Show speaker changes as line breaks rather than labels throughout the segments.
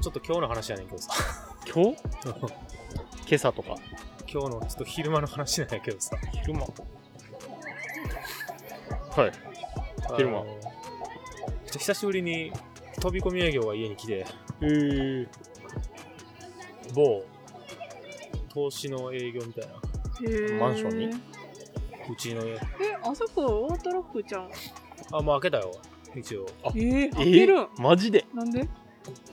ちょっと今日の話やねんけどさ。
今日今朝とか。
今日のちょっと昼間の話なんやけどさ。
昼間。はい。昼間
あの。ちょっと久しぶりに飛び込み営業が家に来て、
えー、
某投資の営業みたいな。
へー
マンションに
うちの家。
えあそこオートロックじゃん
あ、もう開けたよ。一応。
えー、
え
開けるん、
マジで
なんで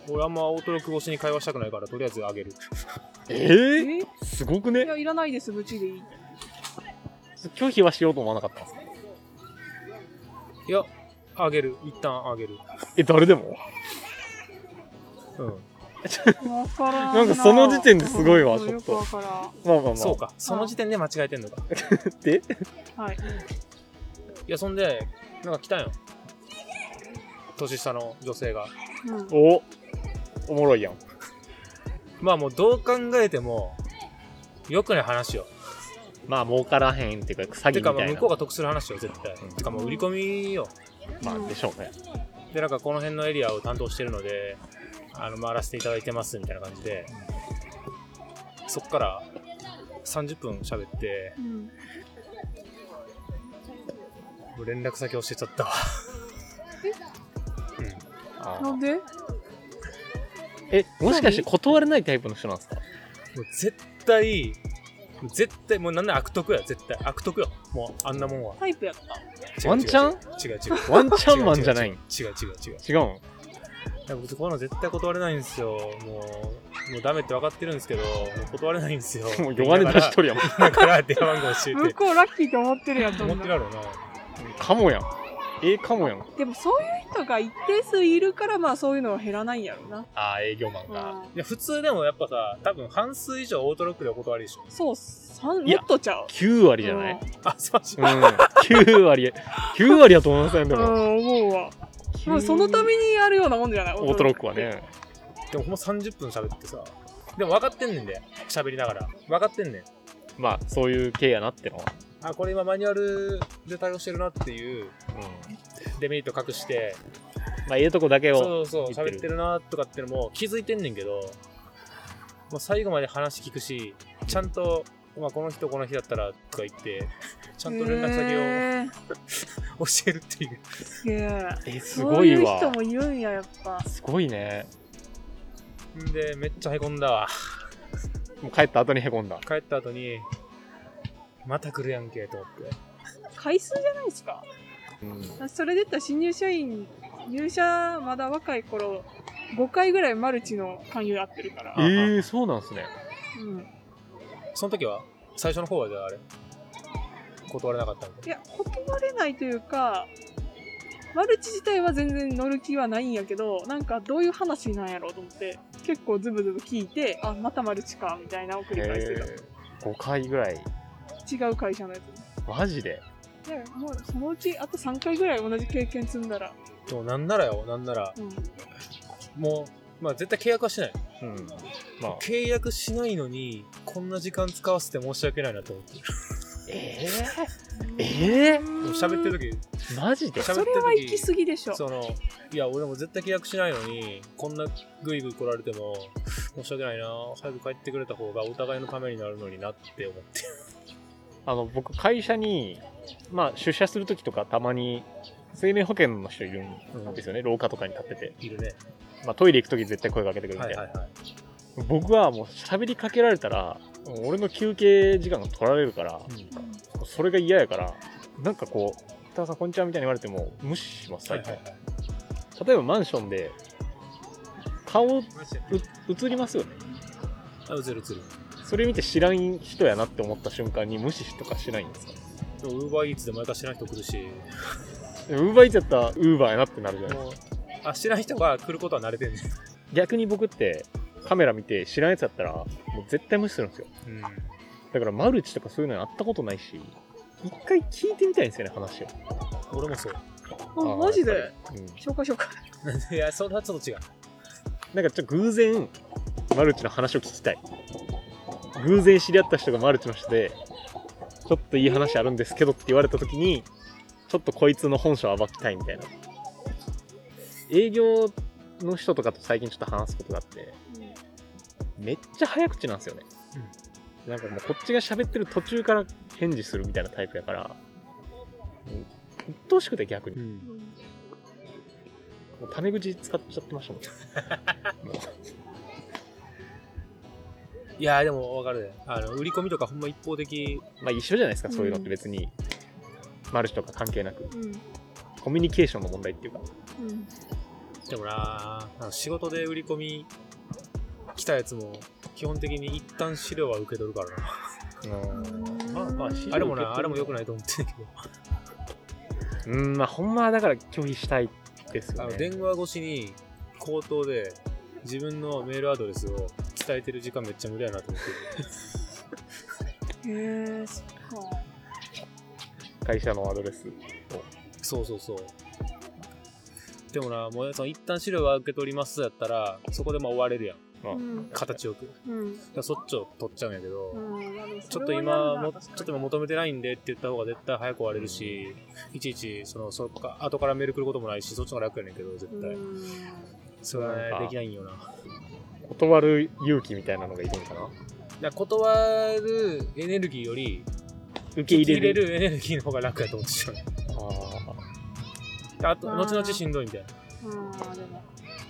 俺あんまオートロック越しに会話したくないから、とりあえずあげ る。
え
え
ー、
い
すごくね
やいらないです無知でいい
拒否はしようと思わなかったんですか
いや、あげる。一旦あげる。
え、誰でも
うん。
わからん
なんかその時点ですごいわ
うん
ちょっと
よくわか
まあまあまあ。
そう。か。その時点で間違えてんのか。
で
らんはい
いや、そんで、なんか来たんよ。年下の女性が。
うん
おおもろいやん。
まあもうどう考えても、よくない話よ。
まあ儲からへんっていうか詐欺
て
み
かま
た
あ
い
向
な
こう。が得する話よ、絶対。
うん
てかもう売り込みよ。
まあでしょうね。
で、なんかこの辺のエリアを担当してるので、あの、回らせていただいてます、みたいな感じで。そっから、30分喋って、
うん
もう連絡先教えちゃったわ。
あ
な
ー
んで
え、もしかして断れないタイプの人なんですか
もう絶対、もう絶対、もうなんなら悪徳や、絶対。悪徳よ。もうあんなもんは。
タイプやっ
違う
ワンチャン
違う違う違う。
ワンチャンマンじゃない
違
ん
う違う違う違う。
違うん
いや僕こういうの絶対断れないんですよ。もう、もうダメって分かってるんですけど、もう断れないんですよ。
もう弱音出しとるやん。
だから、電話番号
た
教え
向
て。
こうラッキーと思ってるやんと
思
思
っ
う
てるやろうな。
かもやん。ええかもやん。
でもそういう人が一定数いるからまあそういうのは減らないんやろな
ああ、営業マン
う
が。
ん
いや、普通でもやっぱさ、多分半数以上オートロックでお断りでしょ。
そうさん
い
も
や
っとちゃう
9割じゃない
あ、そうし
うん。9割。9割やと思いません、
う
で
ん
も。
思うわ
9
まあそのためにやるようなもんじゃない
オートロックはね。
でもほんま30分喋ってさ。でも分かってんねんで、喋りながら。分かってんねん。
まあ、そういう系やなってのは。
あ、これ今マニュアルで対応してるなっていう
うん。
デメリット隠して、
まあ、ええとこだけを。
そうそう、
言ってる
喋ってるなとかってのも気づいてんねんけど、もう最後まで話聞くし、ちゃんと、まあ、この人この日だったらとか言って、ちゃんと連絡先を
へー
教えるっていう。
すげえ
え、す
そ
ご
う
い
いう
わ。
人もいるんややっぱ
すごいね。
んで、めっちゃへこんだわ。
もう帰った後にへこんだ。
帰った後に、また来るやんけ、と思って。
回数じゃないですか
うん。
それで言ったら新入社員入社まだ若い頃5回ぐらいマルチの勧誘やってるから、
ええ、そうなんすね。
うん、
その時は最初の方はじゃああれ断れなかったみたい
いや断れないというかマルチ自体は全然乗る気はないんやけどなんかどういう話なんやろうと思って結構ズブズブ聞いてあまたマルチかみたいなのを繰り返してた、
5回ぐらい。
違う会社のやつ
マジで。
でもうそのうちあと3回ぐらい同じ経験積んだら、
な。でもなんならよ、なんなら、
うん、
もう、まあ絶対契約はしない。
うん。まあ。
契約しないのに、こんな時間使わせて申し訳ないなと思って。
ええええ
でも喋ってる時、
マジで
喋ってる時
それは行き過ぎでしょ
そのいや俺も絶対契約しないのにこんなグイグイ来られても申し訳ないな早く帰ってくれた方がお互いのためになるのになって思って
あの僕会社に、まあ、出社する時とかたまに生命保険の人いるんですよね、廊下とかに立ってて、
いるね
まあ、トイレ行く時絶対声かけてくるん
はい
で、
はいはい
僕はもう喋りかけられたらもう俺の休憩時間が取られるからそれが嫌やからなんかこう「北川さんこんにちは」みたいに言われても無視します
は
最
いは
近、
いはい
例えばマンションで顔う映りますよね
あうずるうずる
それ見て知らん人やなって思った瞬間に無視とかしないんですか
でもウーバーイーツで毎回知らない人来るし
ウーバーイーツやったらウーバーやなってなるじゃない
もうあ知らない人が来ることは慣れてんね
逆に僕ってカメラ見て知らんやつだったらもう絶対無視するんですよ
うん
だからマルチとかそういうのやったことないし一回聞いてみたいんですよね話を
俺もそう
あマジ
やっ
で
ぱりうん、
紹介しようか
いやそれはちょっと違う
なんかちょっと偶然マルチの話を聞きたい偶然知り合った人がマルチの人でちょっといい話あるんですけどって言われた時にちょっとこいつの本性を暴きたいみたいな営業の人とかと最近ちょっと話すことがあって、めっちゃ早口なんですよね。なんかもうこっちが喋ってる途中から返事するみたいなタイプやから、うん鬱陶しくて逆に。
ん
もうタメ口使っちゃってましたもん。も
いやーでも分かるねあの売り込みとかほんま一方的
うまあ一緒じゃないですか、そういうのって別に。マルチとか関係なく。
うん
コミュニケーションの問題っていうか。
うん
でもなーあの仕事で売り込み来たやつも基本的に一旦資料は受け取るからな
うん。まあまあ、
あれもなあれも良く
な
な
い。
いと思ってんけど、
うん、まあほんまはだから拒否したいです
あ
よ
の
ね。
電話越しに口頭で自分のメールアドレスを伝えてる時間めっちゃ無駄やなと思ってる
へえそっか
会社のアドレス。
そうそうそうでもなもうその一旦資料は受け取りますやったらそこでまあ終われるやん
まあ
うん
形よくだか
うん
らそっちを取っちゃうんやけど、
うんまあでも
ち
そ
ょっと
れはやる
今
な
も、
確
ち
か
ょっ
に
と今求めてないんでって言った方が絶対早く終われるし、いちいち、その、そっか、後からメール来ることもないし、そっちの方が楽やねんけど、絶対。
う
それは
なんか
ね、できないんよな。だか
断る勇気みたいなのがいるのかな
ら断るエネルギーより、
受け
受け
入
入
れ
れ
る。
るエネルギーの方が楽やと思ってしまう。
ああ
あと、
あー
後々しんどいみたいな。
んうんでも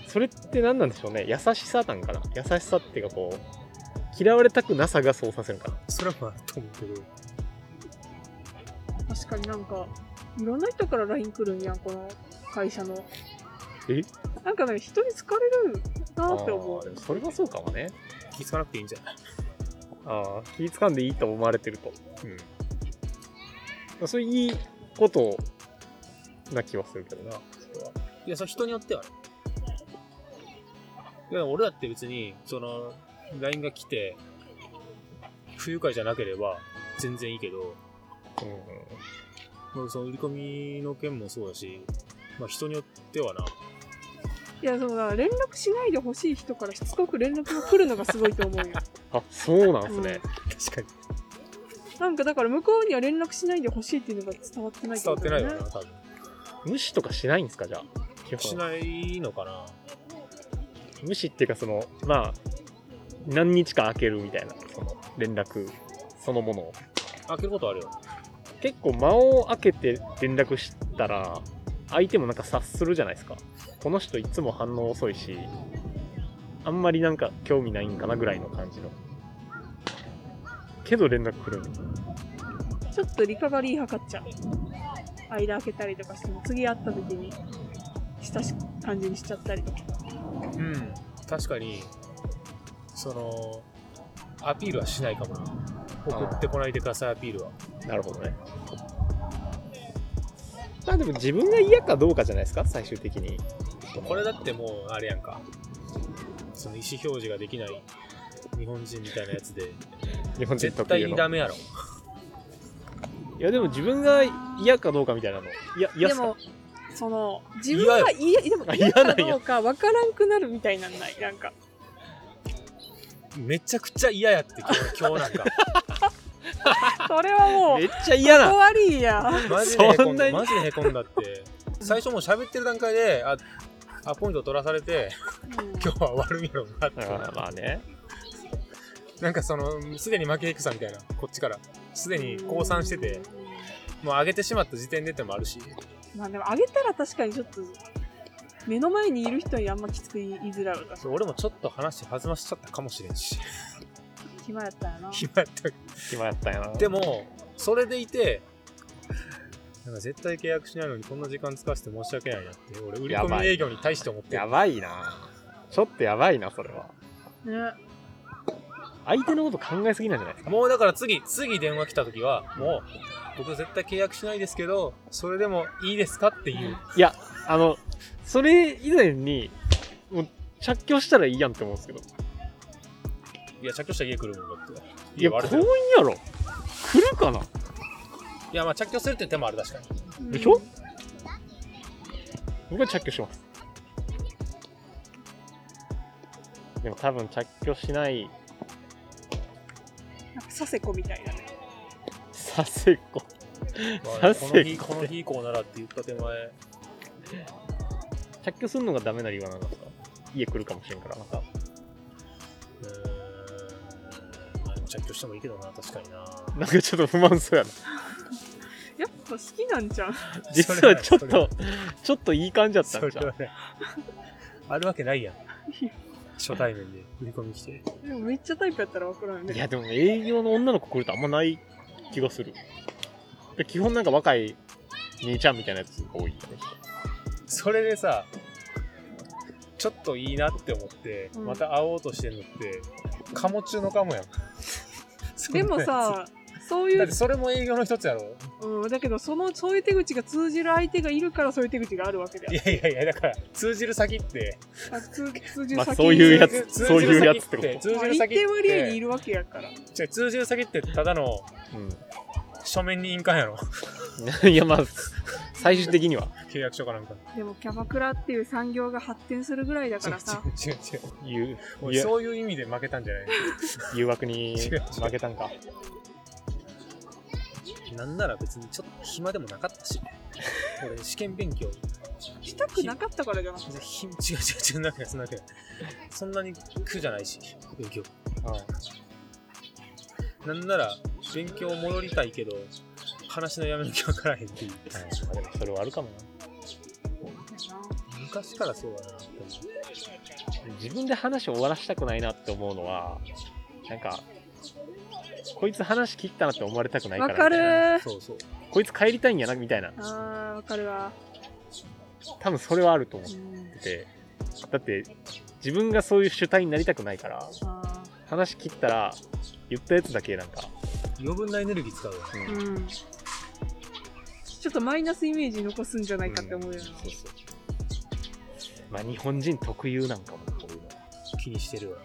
それって何なんでしょうね優しさなんかな優しさっていうかこう、嫌われたくなさがそうさせるのかな
それもあると思うけど、
確かになんかいろんな人から LINE 来るんやんこの会社の
え
なんかね人に好かれるなって思
あーで
う
もそれはそうかもね。
気づかなくていいんじゃない
ああ、気ぃつかんでいいと思われてると。うん。そういういいことな気はするけどな、それは。
いや、それ人によってはね。いや、俺だって別に、その、LINE が来て、不愉快じゃなければ、全然いいけど、
うんうん。
まあ、その売り込みの件もそうだし、まあ、人によってはな、
いやそうだ連絡しないでほしい人からしつこく連絡が来るのがすごいと思うよ
あ、そうなんですね。
確か
なんかだから向こうには連絡しないでほしいっていうのが伝わってない
に伝わってないよ
ね
な、多分。
無視とかしないんですか、じゃあ。基本
しないのかな。
無視っていうかそのまあ何日か空けるみたいなその連絡そのものを
開けることあるよ。
結構間を空けて連絡したら相手もなんか察するじゃないですかこの人いつも反応遅いしあんまりなんか興味ないんかなぐらいの感じのけど連絡来る
ちょっとリカバリー測っちゃう間開けたりとかしても次会った時に親しく感じにしちゃったりとか
うん。確かに、その、アピールはしないかもな。送ってこないでください、アピールは。
なるほどねまあでも自分が嫌かどうかじゃないですか最終的に
これだってもう、あれやんか。その意思表示ができない日本人みたいなやつで、
日本人
絶
特
対
有
に
の
ダメやろ。
いやでも自分が嫌かどうかみたいなのいや嫌っ
です
か
もその自分が嫌でも
あ
嫌
嫌
か
なんや
どうか分からんくなるみたいなんないなんか
めちゃくちゃ嫌やって、今日今日 なんか。
それは も
め
う
っちゃ嫌な
終わり や
マジでへこ
そ
ん
んな
だ
に
マジでへこんだって最初もう喋ってる段階でああポイント取らされて今日は終わるんやろうなって
まあね
なんかそのすでに負け戦みたいなこっちからすでに降参しててもう上げてしまった時点でってのもあるし
まあでもあげたら確かにちょっと目の前にいる人にあんまきつく言いづらいわ
そう俺もちょっと話弾ましちゃったかもしれんし
暇やったよな
暇やったけ
暇やったんやな
どでもそれでいてなんか絶対契約しないのにこんな時間使わせて申し訳ないなって俺売り
や
込
ば
み
い
営業に対して思ってる
やばいなちょっとやばいなそれは
ね
相手のこと考えすぎなんじゃないですか
もうだから次、次電話来た時は、もう、僕絶対契約しないですけど、それでもいいですかっていう。
いやあのそれ以前にもう着去したらいいやんって思うんですけど
いや、着去したら家来るもんだって。
いや
悪
来んやろ来るかない
や、まあ着去するっていう手もある、確かに。
でしょ僕は着去しますでも多分着去しない
なんかサセコみたいなね
させっこ
まあ
さ
こ
す
の
が
日、この日以降ならって言った手前、
着去するのがダメな理由は何なんですか家来るかもしれんからまた
うーんまあでも着去してもいいけどな確かにな
なんかちょっと不満そうやな
やっぱ好きなんじゃん。
実はちょっ
それ
とちょっといい感じやった
そ
ん
れ
じゃう
はねあるわけないやん
いや
初対面で振り込み来て
でもめっちゃタイプやったら分からんよ
いや
ね。
でも営業の女の子来るとあんまない気がするで基本なんか若い兄ちゃんみたいなやつが多いよね
それでさちょっといいなって思って、
うん
また会おうとしてんのってカモ中のカモやん そんな
で
やつ
もさ、そうい
だ
う
って、それも営業の一つやろ
うん、だけどその、そういう手口が通じる相手がいるからそういう手口があるわけだ
い
よ。
やいやいやだから通じる先って
あ通通じ
ま
る
あ
先に
そういうやつ
通
そう
じ
いう
る
や
先
つってこと
通
ま
じ
あ
る
一
先って
定割合にいるわけやから。
違う通じる先ってただの書面に印鑑やろ
うん いやまあ最終的には
契約書かなんか
でもキャバクラっていう産業が発展するぐらいだからさ。
違う違う違う
誘
俺
誘
そういう意味で負けたんじゃない
誘惑に
違う違う
負けたんか
なんなら別にちょっと暇でもなかったし、俺試験勉強
したくなかったからじゃなくて。
ひ違う違う違うなんかそんなわけないそんなに苦じゃないし勉強なんなら勉強戻りたいけど話のやめなきゃわからへんっていう
うんでもそれはあるかもな
昔からそうだなって思
自分で話を終わらしたくないなって思うのはなんかこいつ話切ったなって思われたくないから
わかる
みたいな
ー。
うそうそう
こいつ帰りたいんやなみたいな
あー、わかるわ。
多分それはあると思
う
っ
ん
ててだって自分がそういう主体になりたくないから
あ
話切ったら言ったやつだけなんか
余分なエネルギー使うよね
ーうん。ちょっとマイナスイメージ残すんじゃないかって思うよね。
そうそうまあ日本人特有なんかもこういうの
気にしてるわ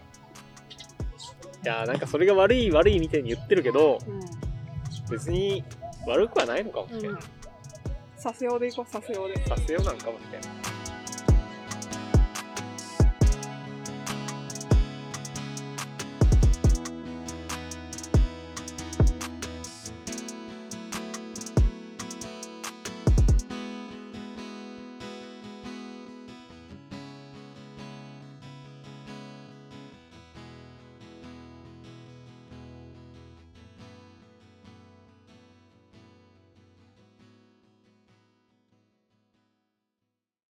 いやーなんかそれが悪い悪いみたいに言ってるけど
う
別に悪くはないのかもし
ん。
れ
うん
ない。
させおでいこう、させおで。
させようなんかもしれない